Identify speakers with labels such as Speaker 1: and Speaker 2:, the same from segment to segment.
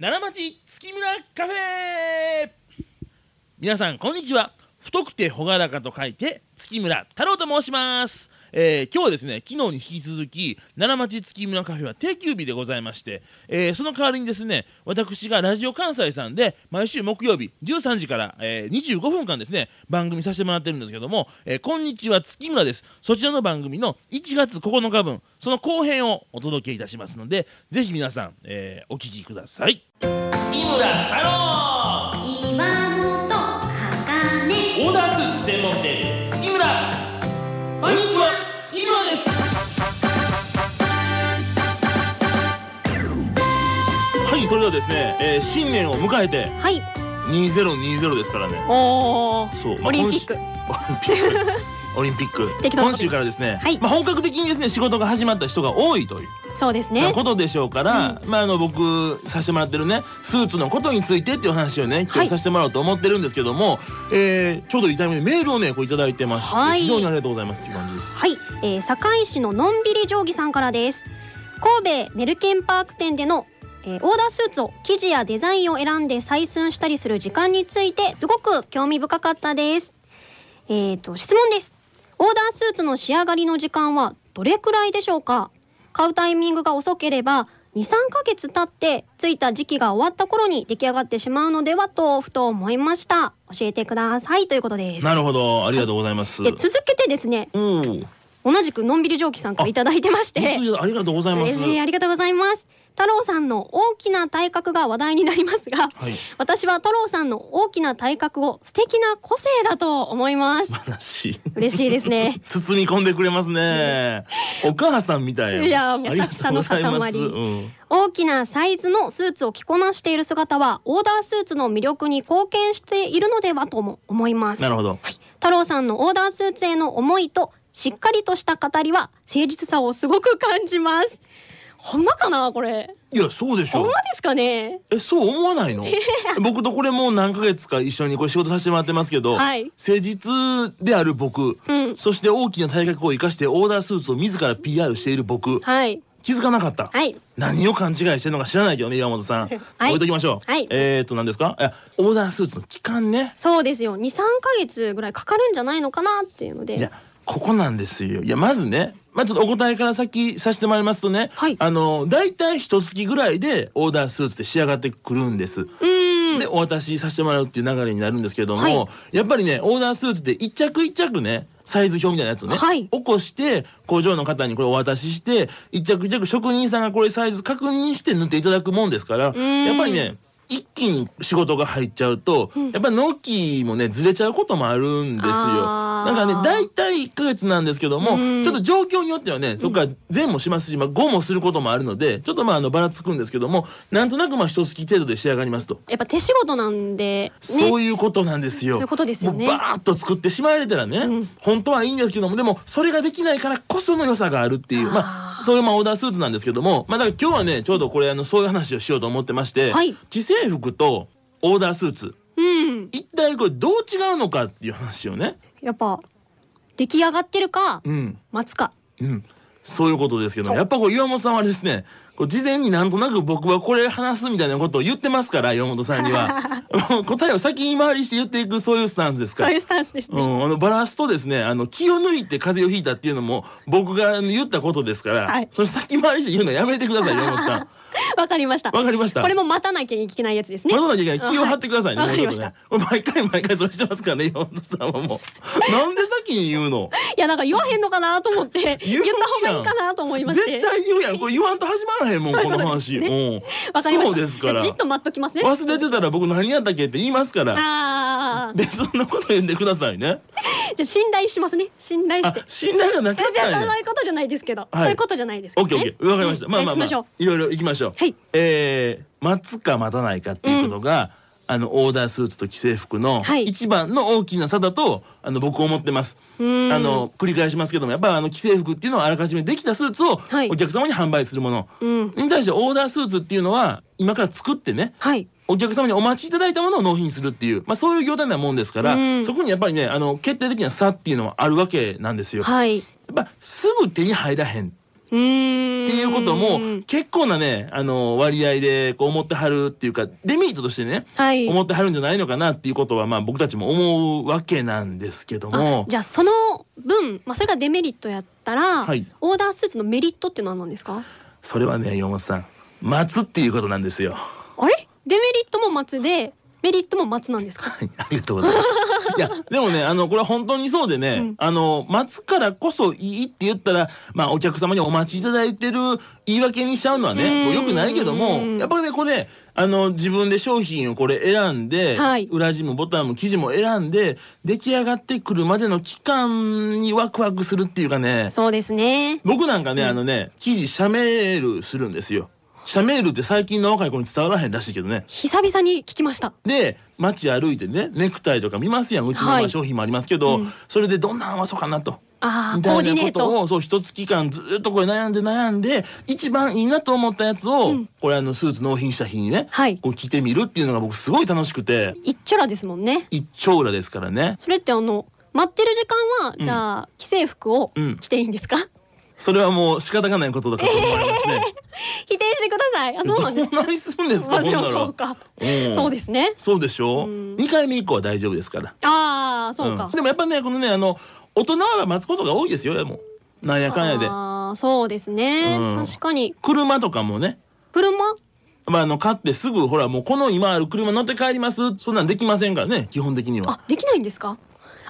Speaker 1: 奈良町月村カフェ皆さんこんにちは太くて朗らかと書いて月村太郎と申します、えー今日はですね昨日に引き続き奈良町月村カフェは定休日でございまして、えーその代わりにですね私がラジオ関西さんで毎週木曜日13時から、えー25分間ですね番組させてもらってるんですけども「えーこんにちは月村です」そちらの番組の1月9日分その後編をお届けいたしますのでぜひ皆さん、えーお聞きください月村太郎
Speaker 2: 岩本茜
Speaker 1: オーダースーツ専門店月村こんにちは月村ですはいそれではですね、えー新年を迎えて
Speaker 3: はい。
Speaker 1: 2020ですからね
Speaker 3: おー
Speaker 1: そう、
Speaker 3: オリンピック。
Speaker 1: クオリンピックオリンピッ ク
Speaker 3: 適当な
Speaker 1: 今
Speaker 3: ことです
Speaker 1: 週からですね、
Speaker 3: はい
Speaker 1: まあ、本格的にですね仕事が始まった人が多いという
Speaker 3: そうです
Speaker 1: まあ
Speaker 3: ね。
Speaker 1: ことでしょうから、まあ、あの僕させてもらってるねスーツのことについてっていう話をね今
Speaker 3: は
Speaker 1: 日
Speaker 3: い
Speaker 1: させてもらおうと思ってるんですけども、えーちょうどいいタイミングでメールをねこういただいてまして、
Speaker 3: はい
Speaker 1: 非常にありがとうございますっていう感じです。
Speaker 3: はい、えー、堺市ののんびり定規さんからです。神戸メルケンパーク店での、えーオーダースーツを生地やデザインを選んで採寸したりする時間についてすごく興味深かったです。えー、と質問です。オーダースーツの仕上がりの時間はどれくらいでしょうか。買うタイミングが遅ければ2、3ヶ月経ってついた時期が終わった頃に出来上がってしまうのではとふと思いました。教えてくださいということです。
Speaker 1: なるほどありがとうございます。
Speaker 3: で続けてですね
Speaker 1: おー
Speaker 3: 同じくのんびり蒸気さんからいただいてまし
Speaker 1: 本
Speaker 3: て
Speaker 1: 当にありがとうございます。
Speaker 3: 嬉しいありがとうございます太郎さんの大きな体格が話題になりますが
Speaker 1: はい
Speaker 3: 私は太郎さんの大きな体格を素敵な個性だと思います
Speaker 1: 素晴らしい
Speaker 3: 嬉しいですね
Speaker 1: 包み込んでくれます ね。お母さんみたいよ。
Speaker 3: いやもう
Speaker 1: ありがとうございま
Speaker 3: 優し
Speaker 1: す。
Speaker 3: さの塊
Speaker 1: うん
Speaker 3: 大きなサイズのスーツを着こなしている姿はオーダースーツの魅力に貢献しているのではとも思います
Speaker 1: なるほど。
Speaker 3: 太郎さんのオーダースーツへの思いとしっかりとした語りは誠実さをすごく感じますほんまかなこれ
Speaker 1: いやそうでし
Speaker 3: ほん
Speaker 1: ょ
Speaker 3: ま
Speaker 1: う。
Speaker 3: ですかね
Speaker 1: えそう思わないの僕とこれもう何ヶ月か一緒にこれ仕事させてもらってますけど、
Speaker 3: はい
Speaker 1: 誠実である僕
Speaker 3: うん
Speaker 1: そして大きな体格を生かしてオーダースーツを自ら PR している僕
Speaker 3: はい
Speaker 1: 気づかなかった、
Speaker 3: はい
Speaker 1: 何を勘違いしてるのか知らないけどね岩本さん、
Speaker 3: はい
Speaker 1: 置いときましょう、
Speaker 3: はい
Speaker 1: えー、と何ですかいやオーダースーツの期間ね
Speaker 3: そうですよ23ヶ月ぐらいかかるんじゃないのかなっていうの
Speaker 1: い
Speaker 3: で
Speaker 1: やここなんですよいやまずねまあちょっとお答えから先させてもらいますとね、
Speaker 3: はい
Speaker 1: あの大体一月ぐらいでオーダースーツって仕上がってくるんです
Speaker 3: うーん
Speaker 1: でお渡しさせてもらうっていう流れになるんですけども、
Speaker 3: はい
Speaker 1: やっぱりねオーダースーツで一着一着ねサイズ表みたいなやつね、
Speaker 3: はい
Speaker 1: 起こして工場の方にこれお渡しして一着一着職人さんがこれサイズ確認して縫っていただくもんですからやっ
Speaker 3: ん
Speaker 1: ぱりね一気に仕事が入っちゃうと、やっぱ納期もねずれちゃうこともあるんですよ。
Speaker 3: あ
Speaker 1: だ
Speaker 3: ー
Speaker 1: からね大体1ヶ月なんですけども、
Speaker 3: うん
Speaker 1: ちょっと状況によってはねそこから全もしますし、まあ、5もすることもあるのでちょっとまああのばらつくんですけどもなんとなくまあ一月程度で仕上がりますと。
Speaker 3: やっぱ手仕事なんでね
Speaker 1: そういうことなんですよ。
Speaker 3: そういうことですよね
Speaker 1: もうバーッと作ってしまえれたらね、
Speaker 3: うん
Speaker 1: 本当はいいんですけども、でもそれができないからこその良さがあるっていう、まあ
Speaker 3: あー
Speaker 1: そういうまあオーダースーツなんですけども、まあだから今日はね、ちょうどこれあのそういう話をしようと思ってまして、
Speaker 3: はい
Speaker 1: 既製服とオーダースーツ
Speaker 3: うん
Speaker 1: 一体これどう違うのかっていう話をね、
Speaker 3: やっぱ出来上がってるか
Speaker 1: うん
Speaker 3: 待つか
Speaker 1: うん、そういうことですけども、やっぱこう岩本さんはですね。こう事前になんとなく僕はこれ話すみたいなことを言ってますから岩本さんに はもう答えを先に回りして言っていくそういうスタンスですから
Speaker 3: そういうスタンスです
Speaker 1: う
Speaker 3: ね、
Speaker 1: ん、あのバランスとですねあの気を抜いて風邪をひいたっていうのも僕があの言ったことですから、
Speaker 3: はい
Speaker 1: それ先回りして言うのやめてください山本 さん
Speaker 3: わかりました
Speaker 1: わかりました
Speaker 3: これも待たなきゃいけないやつですね
Speaker 1: まだだけが気を張ってくださいね、
Speaker 3: はい
Speaker 1: こういうことね
Speaker 3: わ
Speaker 1: これ毎回毎回それしてますからね山本さんはも うなんで先に言うの
Speaker 3: いやなんか言わへんのかなと思って言った
Speaker 1: 言うやん
Speaker 3: 方がいいかなと思いまし
Speaker 1: 絶
Speaker 3: て
Speaker 1: 対言うやんこれ言わんと始まらへんもん
Speaker 3: そうい
Speaker 1: こ
Speaker 3: うこ
Speaker 1: の
Speaker 3: と
Speaker 1: 話、
Speaker 3: です
Speaker 1: うん
Speaker 3: わかりまし
Speaker 1: そう
Speaker 3: た
Speaker 1: ですから
Speaker 3: じっと待っときますね
Speaker 1: 忘れてたら僕何やったっけって言いますから
Speaker 3: あー
Speaker 1: でそんなこと言ってくださいね
Speaker 3: じゃあ信頼しますね信頼し
Speaker 1: あ
Speaker 3: て
Speaker 1: 信頼がなか
Speaker 3: いや
Speaker 1: っ
Speaker 3: じゃ
Speaker 1: たん
Speaker 3: あ
Speaker 1: や
Speaker 3: そういうことじゃないですけど、
Speaker 1: はい
Speaker 3: そういうことじゃないですけ
Speaker 1: オッ
Speaker 3: ど、
Speaker 1: ケ
Speaker 3: ね。
Speaker 1: ーオッケーわかりました、
Speaker 3: うん
Speaker 1: まあまあまあ
Speaker 3: 期待ししょう
Speaker 1: いろいろ行きましょう、
Speaker 3: はい
Speaker 1: えー待つか待たないかっていうことが、あのオーダースーツと既製服の
Speaker 3: はい
Speaker 1: 一番の大きな差だとあの僕思ってます、
Speaker 3: うーん
Speaker 1: あの繰り返しますけどもやっぱあの既製服っていうのはあらかじめできたスーツを
Speaker 3: はい
Speaker 1: お客様に販売するもの、
Speaker 3: うん
Speaker 1: に対してオーダースーツっていうのは今から作ってね
Speaker 3: はい
Speaker 1: お客様にお待ちいただいたものを納品するっていう、まあ、そういう業態なもんですから、
Speaker 3: うん
Speaker 1: そこにやっぱりねあの決定的な差っていうのはあるわけなんですよ。
Speaker 3: はい
Speaker 1: やっぱすぐ手に入らへん
Speaker 3: うーん
Speaker 1: っていうことも結構なね、あの割合でこう思ってはるっていうかデメリットとしてね
Speaker 3: はい
Speaker 1: 思ってはるんじゃないのかなっていうことはまあ僕たちも思うわけなんですけど
Speaker 3: あ
Speaker 1: も
Speaker 3: じゃあその分、まあ、それがデメリットやったら、
Speaker 1: はい
Speaker 3: オーダースーツのメリットって何なんですか
Speaker 1: それはね山本さん待つっていうことなんですよ。
Speaker 3: あれデメリットも松でメリットも松なんですか
Speaker 1: はい ありがとうございます。いやでもねあのこれは本当にそうでね、
Speaker 3: うん
Speaker 1: あの待つからこそいいって言ったら、まあ、お客様にお待ちいただいてる言い訳にしちゃうのは
Speaker 3: うん
Speaker 1: ねもう良くないけどもやっぱりねこれねあの自分で商品をこれ選んで、
Speaker 3: はい
Speaker 1: 裏地もボタンも生地も選んで出来上がってくるまでの期間にワクワクするっていうかね
Speaker 3: そうですね
Speaker 1: 僕なんかね、
Speaker 3: うん
Speaker 1: あのね生地シャメールするんですよ。シャメールって最近の若い子に伝わらへんらしいけどね。
Speaker 3: 久々に聞きました
Speaker 1: で街歩いてねネクタイとか見ますやんうちのま
Speaker 3: は
Speaker 1: あ
Speaker 3: い
Speaker 1: 商品もありますけど、
Speaker 3: うん
Speaker 1: それでどんなん合わそうかなと
Speaker 3: あ
Speaker 1: み
Speaker 3: ー
Speaker 1: た
Speaker 3: コーディ
Speaker 1: い
Speaker 3: ネ
Speaker 1: な
Speaker 3: ー
Speaker 1: こと
Speaker 3: ト
Speaker 1: をそう一月間ずっとこれ悩んで悩んで一番いいなと思ったやつを、
Speaker 3: うん
Speaker 1: これあのスーツ納品した日にね
Speaker 3: はい
Speaker 1: こう着てみるっていうのが僕すごい楽しくて
Speaker 3: 一ちょらですもんね
Speaker 1: 一丁羅ですからね
Speaker 3: それってあの待ってる時間は
Speaker 1: うん
Speaker 3: じゃあ既製服を
Speaker 1: うん
Speaker 3: 着ていいん ですか、
Speaker 1: それはもう仕方がないことだからと思いますね。
Speaker 3: 否定してくださいあそうなんです
Speaker 1: どうないするんですか
Speaker 3: まあ
Speaker 1: こん
Speaker 3: で
Speaker 1: な
Speaker 3: もそう
Speaker 1: の。
Speaker 3: か、
Speaker 1: うん
Speaker 3: そうですね
Speaker 1: そうでしょ、う
Speaker 3: うん
Speaker 1: 2回目以降は大丈夫ですから。
Speaker 3: ああそうか、
Speaker 1: んでもやっぱねこのねあの大人は待つことが多いですよでもなんやかんやで
Speaker 3: あーそうですね、
Speaker 1: うん
Speaker 3: 確かに
Speaker 1: 車とかもね、
Speaker 3: 車
Speaker 1: まあ、あの買ってすぐほらもうこの今ある車乗って帰りますそんなんできませんからね基本的には
Speaker 3: あできないんですか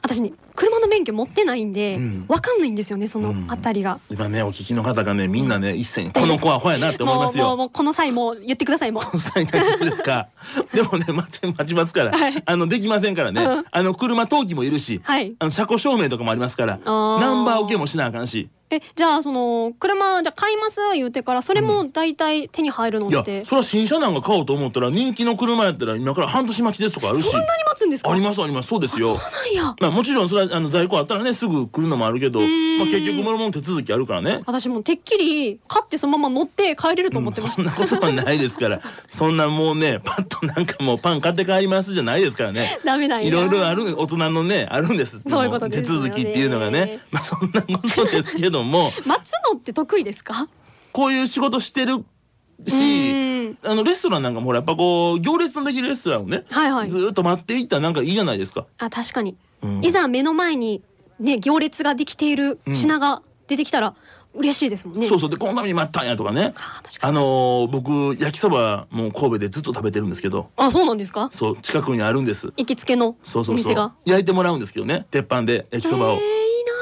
Speaker 3: 私ね車の免許持ってないんで、
Speaker 1: うん
Speaker 3: わかんないんですよねその
Speaker 1: うん
Speaker 3: あたりが、
Speaker 1: 今ねお聞きの方がねみんなね一斉にこの子はほやなって思い
Speaker 3: も
Speaker 1: ま
Speaker 3: う
Speaker 1: す
Speaker 3: もう
Speaker 1: よ。
Speaker 3: もうこの際もう言ってくださいもう
Speaker 1: 最大丈夫ですかでもね待って待ちますから、
Speaker 3: はい
Speaker 1: あのできませんからね、
Speaker 3: うん
Speaker 1: あの車登記もいるし
Speaker 3: はい
Speaker 1: あの車庫証明とかもありますから
Speaker 3: あー
Speaker 1: ナンバー受けもしなあかんし
Speaker 3: えじゃあその車じゃあ買います言うてからそれも大体手に入るの
Speaker 1: いや
Speaker 3: っ
Speaker 1: そ
Speaker 3: て、
Speaker 1: れは新車なんか買おうと思ったら人気の車やったら今から半年待ちですとかあるし
Speaker 3: そんなに待つんですか
Speaker 1: ありますありますそうですよ。
Speaker 3: なんや
Speaker 1: まあもちろんそれはあの在庫あったらねすぐ来るのもあるけど、
Speaker 3: うーん
Speaker 1: まあ、結局もろもろ手続きあるからね。
Speaker 3: 私もうてっきり買ってそのまま乗って帰れると思ってました、
Speaker 1: うん そんなことはないです からそんなもうねパッとなんかもうパン買って帰りますじゃないですからね。
Speaker 3: ダメなんや
Speaker 1: いろいろある大人のねあるんです
Speaker 3: そういうことですよね
Speaker 1: 手続きっていうのがねまあそんなことですけども
Speaker 3: 待つのって得意ですか
Speaker 1: こういう仕事してる
Speaker 3: う
Speaker 1: し
Speaker 3: ーん
Speaker 1: あのレストランなんかもほらやっぱこう行列のできるレストランをね、
Speaker 3: はいはい
Speaker 1: ずーっと待っていったらなんかいいじゃないですか。
Speaker 3: あ確かに
Speaker 1: うん
Speaker 3: いざ目の前にね行列ができている品が出てきたら嬉しいですもんね。
Speaker 1: そうそうでこのために待ったんやとかね
Speaker 3: あー確か
Speaker 1: あ
Speaker 3: に。
Speaker 1: のー僕焼きそばもう神戸でずっと食べてるんですけど
Speaker 3: あそうなんですか。
Speaker 1: そう近くにあるんです
Speaker 3: 行きつけの
Speaker 1: そう
Speaker 3: お
Speaker 1: そうそ
Speaker 3: 店
Speaker 1: う
Speaker 3: が。
Speaker 1: 焼いてもらうんですけどね鉄板で焼きそば
Speaker 3: え
Speaker 1: を
Speaker 3: ーいい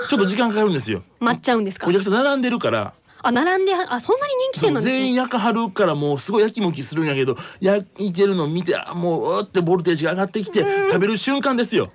Speaker 1: ちょっと時間かかるんですよ
Speaker 3: な。待っちゃうんですか
Speaker 1: お。客さん並んでるから
Speaker 3: あ並んであそんなに人気
Speaker 1: そ
Speaker 3: 店
Speaker 1: う
Speaker 3: なんです
Speaker 1: 全員
Speaker 3: ね。
Speaker 1: 焼かはるからもうすごいやきもきするんやけど焼いてるの見てあもううーってボルテージが上がってきて食べる瞬間ですよ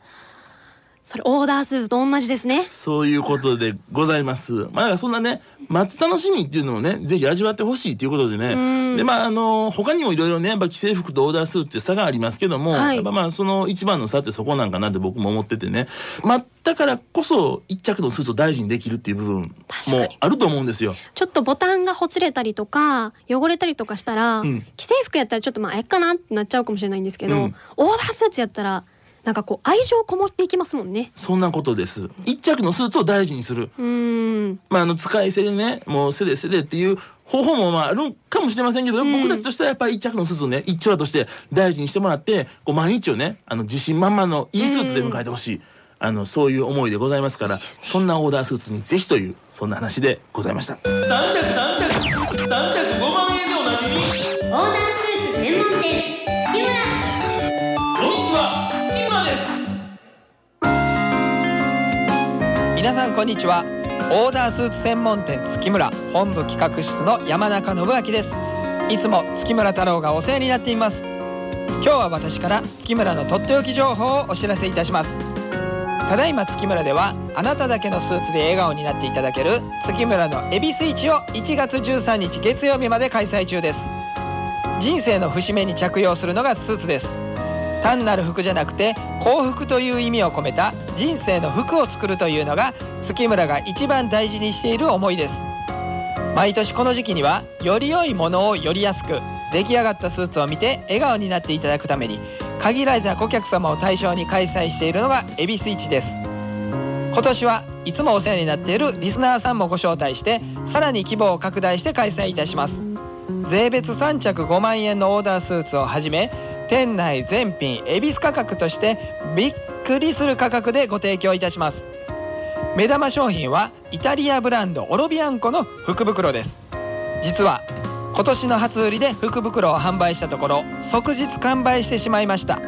Speaker 3: それオーダースーツと同じですね。
Speaker 1: そういうことでございます。まあ、だからそんなね、待つ楽しみっていうのをね、ぜひ味わってほしいということで
Speaker 3: うん
Speaker 1: ね。で、まあ、あの、他にもいろいろね、やっぱ既製服とオーダースーツって差がありますけども、
Speaker 3: はい
Speaker 1: やっぱまあ、その一番の差ってそこなんかなって僕も思っててね。待ったからこそ、一着のスーツを大事にできるっていう部分
Speaker 3: 確かに
Speaker 1: もあると思うんですよ。
Speaker 3: ちょっとボタンがほつれたりとか汚れたりとかしたら、
Speaker 1: うん
Speaker 3: 既製服やったらちょっとまあえっかなってなっちゃうかもしれないんですけど、
Speaker 1: うん
Speaker 3: オーダースーツやったらなんかこう愛情こもっていきますもんね。
Speaker 1: そんなことです。一着のスーツを大事にする。
Speaker 3: うーん。
Speaker 1: まあ、あの使い捨てでねもうせでせでっていう方法もまああるかもしれませんけど、
Speaker 3: うん
Speaker 1: 僕たちとしてはやっぱり一着のスーツをね一丁羅として大事にしてもらってこう毎日をねあの自信満々のいいスーツで迎えてほしい、あのそういう思いでございますからそんなオーダースーツにぜひというそんな話でございました。三着三着三着五万円でおなじみ
Speaker 2: オーダースーツ専門店月村
Speaker 1: こんにちはスキマです。
Speaker 4: 皆さんこんにちはオーダースーツ専門店月村本部企画室の山中信明ですいつも月村太郎がお世話になっています今日は私から月村のとっておき情報をお知らせいたしますただいま月村ではあなただけのスーツで笑顔になっていただける月村の恵比寿市を1月13日月曜日まで開催中です人生の節目に着用するのがスーツです単なる服じゃなくて幸福という意味を込めた人生の服を作るというのが月村が一番大事にしている思いです毎年この時期にはより良いものをより安く出来上がったスーツを見て笑顔になっていただくために限られた顧客様を対象に開催しているのが恵比寿市です今年はいつもお世話になっているリスナーさんもご招待してさらに規模を拡大して開催いたします税別3着5万円のオーダースーツをはじめ店内全品恵比寿価格としてびっくりする価格でご提供いたします目玉商品はイタリアブランドオロビアンコの福袋です実は今年の初売りで福袋を販売したところ即日完売してしまいました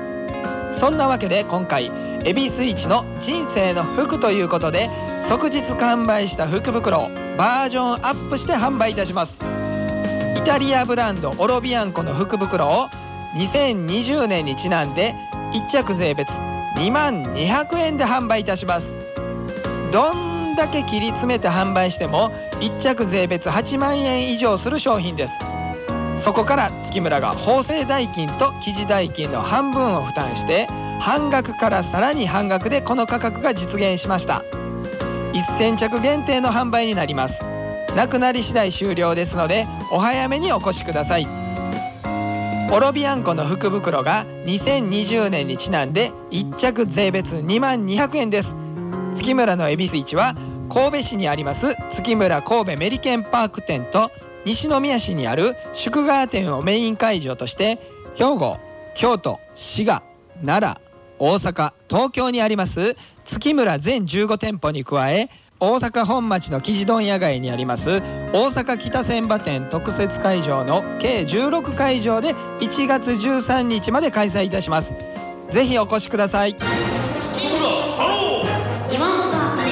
Speaker 4: そんなわけで今回恵比寿一の人生の服ということで即日完売した福袋をバージョンアップして販売いたしますイタリアブランドオロビアンコの福袋を2020年にちなんで1着税別2万200円で販売いたしますどんだけ切り詰めて販売しても1着税別8万円以上する商品ですそこから月村が縫製代金と生地代金の半分を負担して半額からさらに半額でこの価格が実現しました1000着限定の販売になりますなくなり次第終了ですのでお早めにお越しくださいオロビアンコの福袋が2020年にちなんで1着税別2万200円です月村の恵比寿市は神戸市にあります月村神戸メリケンパーク店と西宮市にある宿川店をメイン会場として兵庫京都滋賀奈良大阪東京にあります月村全15店舗に加え大阪本町の生地問屋街にあります大阪北千葉店特設会場の計16会場で1月13日まで開催いたしますぜひお越しください
Speaker 1: 月村太郎
Speaker 2: 岩本茜
Speaker 1: 3着5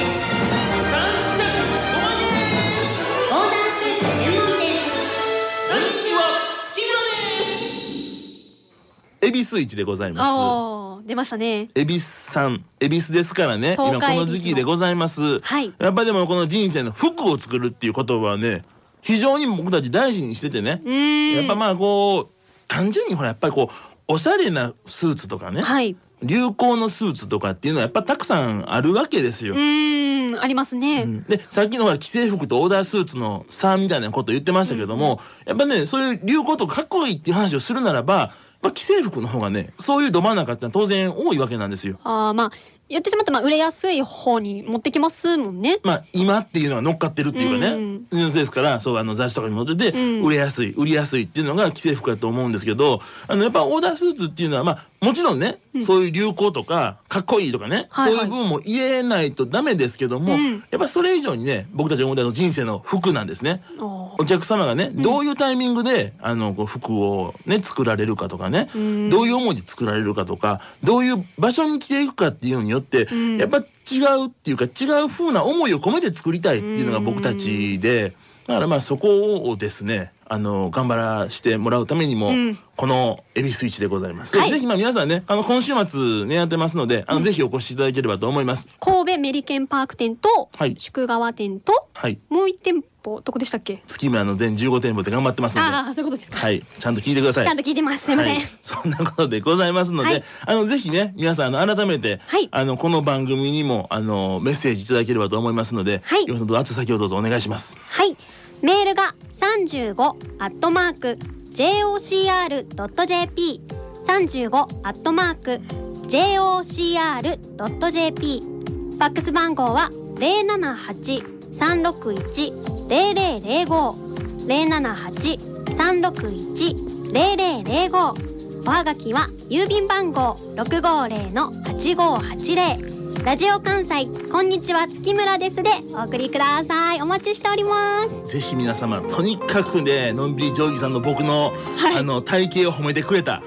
Speaker 1: 万円
Speaker 2: オーダースーツ専門店
Speaker 1: こんにちは月村です恵比寿市でございま
Speaker 3: あー出ましたね
Speaker 1: す恵比寿さん恵比寿ですからね今
Speaker 3: 東
Speaker 1: こ
Speaker 3: 海恵
Speaker 1: の
Speaker 3: 比寿
Speaker 1: 時期でございます
Speaker 3: はい
Speaker 1: やっぱりでもこの人生の服を作るっていう言葉はね非常に僕たち大事にしててね
Speaker 3: う、ーん
Speaker 1: やっぱまあこう単純にほらやっぱりこうおしゃれなスーツとかね、
Speaker 3: はい
Speaker 1: 流行のスーツとかっていうのはやっぱたくさんあるわけですよ
Speaker 3: う。ーんありますね、
Speaker 1: うんでさっきのほら既製服とオーダースーツの差みたいなこと言ってましたけども、やっぱねそういう流行とかかっこいいっていう話をするならば、まあ、既製服の方がねそういうど真ん中ってのは当然多いわけなんですよ。
Speaker 3: ああまあ言ってしまったらまあ売れやすい方に持ってきますもんね。
Speaker 1: まあ、今っていうのが乗っかってるっていうかね、ですからそうあの雑誌とかにも載ってて、
Speaker 3: うん
Speaker 1: 売れやすい売りやすいっていうのが既製服だと思うんですけどあのやっぱオーダースーツっていうのは、まあ、もちろんね、
Speaker 3: ん
Speaker 1: そういう流行とかかっこいいとかね、
Speaker 3: はいは
Speaker 1: そう
Speaker 3: い
Speaker 1: いう部分も言えないとダメですけども、
Speaker 3: うん
Speaker 1: やっぱそれ以上にね僕たちの問題の人生の服なんですね。
Speaker 3: あ
Speaker 1: お客様がね、どういうタイミングで、あの、こう服をね、作られるかとかね、
Speaker 3: ん
Speaker 1: どういう思いで作られるかとか、どういう場所に着ていくかっていうのによって、
Speaker 3: ん
Speaker 1: やっぱ違うっていうか、違う風な思いを込めて作りたいっていうのが僕たちで、だからまあそこをですね、あの、頑張らしてもらうためにも、
Speaker 3: うん
Speaker 1: この恵比寿市でございます。
Speaker 3: はい
Speaker 1: ぜひまあ皆さんね、あの、今週末ね、やってますので、あの、ぜひお越しいただければと思います。
Speaker 3: 神戸メリケンパーク店と、
Speaker 1: はい
Speaker 3: 宿川店と
Speaker 1: はい。
Speaker 3: もう一店舗どこでしたっけ？
Speaker 1: 月村の全15店舗で頑張ってますので、
Speaker 3: ああそういうことですか。
Speaker 1: はい。ちゃんと聞いてください
Speaker 3: ちゃ。んと聞いてます。すいません。
Speaker 1: はい、 そんなことでございますので、
Speaker 3: はい
Speaker 1: あのぜひね皆さんあの改めて、
Speaker 3: はい
Speaker 1: あのこの番組にもあのメッセージいただければと思いますので、
Speaker 3: はい
Speaker 1: 皆さんどうぞ後先をどうぞお願いします。
Speaker 3: はい。メールが三十五アットマーク j o c r ドット j p 三十五アットマーク j o c r ドット j p ファックス番号は零七八三六一零零零五零七八三六一零零零五おはがきは郵便番号六五零の八五八零ラジオ関西こんにちは月村ですでお送りくださいお待ちしております
Speaker 1: ぜひ皆様とにかくねのんびり定規さんの僕の、
Speaker 3: はい
Speaker 1: あの体型を褒めてくれ た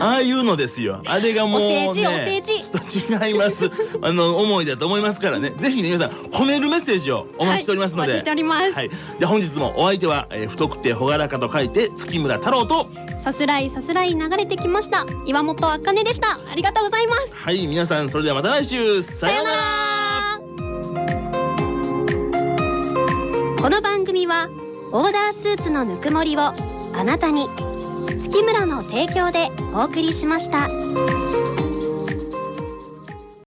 Speaker 1: ああいうのですよあれがもうね
Speaker 3: お世辞お世辞
Speaker 1: ちょっと違います あの思いだと思いますからねぜひね皆さん褒めるメッセージをお待ちしておりますので、
Speaker 3: はいお待ちしております
Speaker 1: はい、じゃあ本日もお相手は、えー太くて朗らかと書いて月村太郎と
Speaker 3: さすらいさすらい流れてきました岩本茜でしたありがとうございます
Speaker 1: はい皆さんそれではまた来週さようなら
Speaker 3: この番組はオーダースーツのぬくもりをあなたに月村の提供でお送りしました。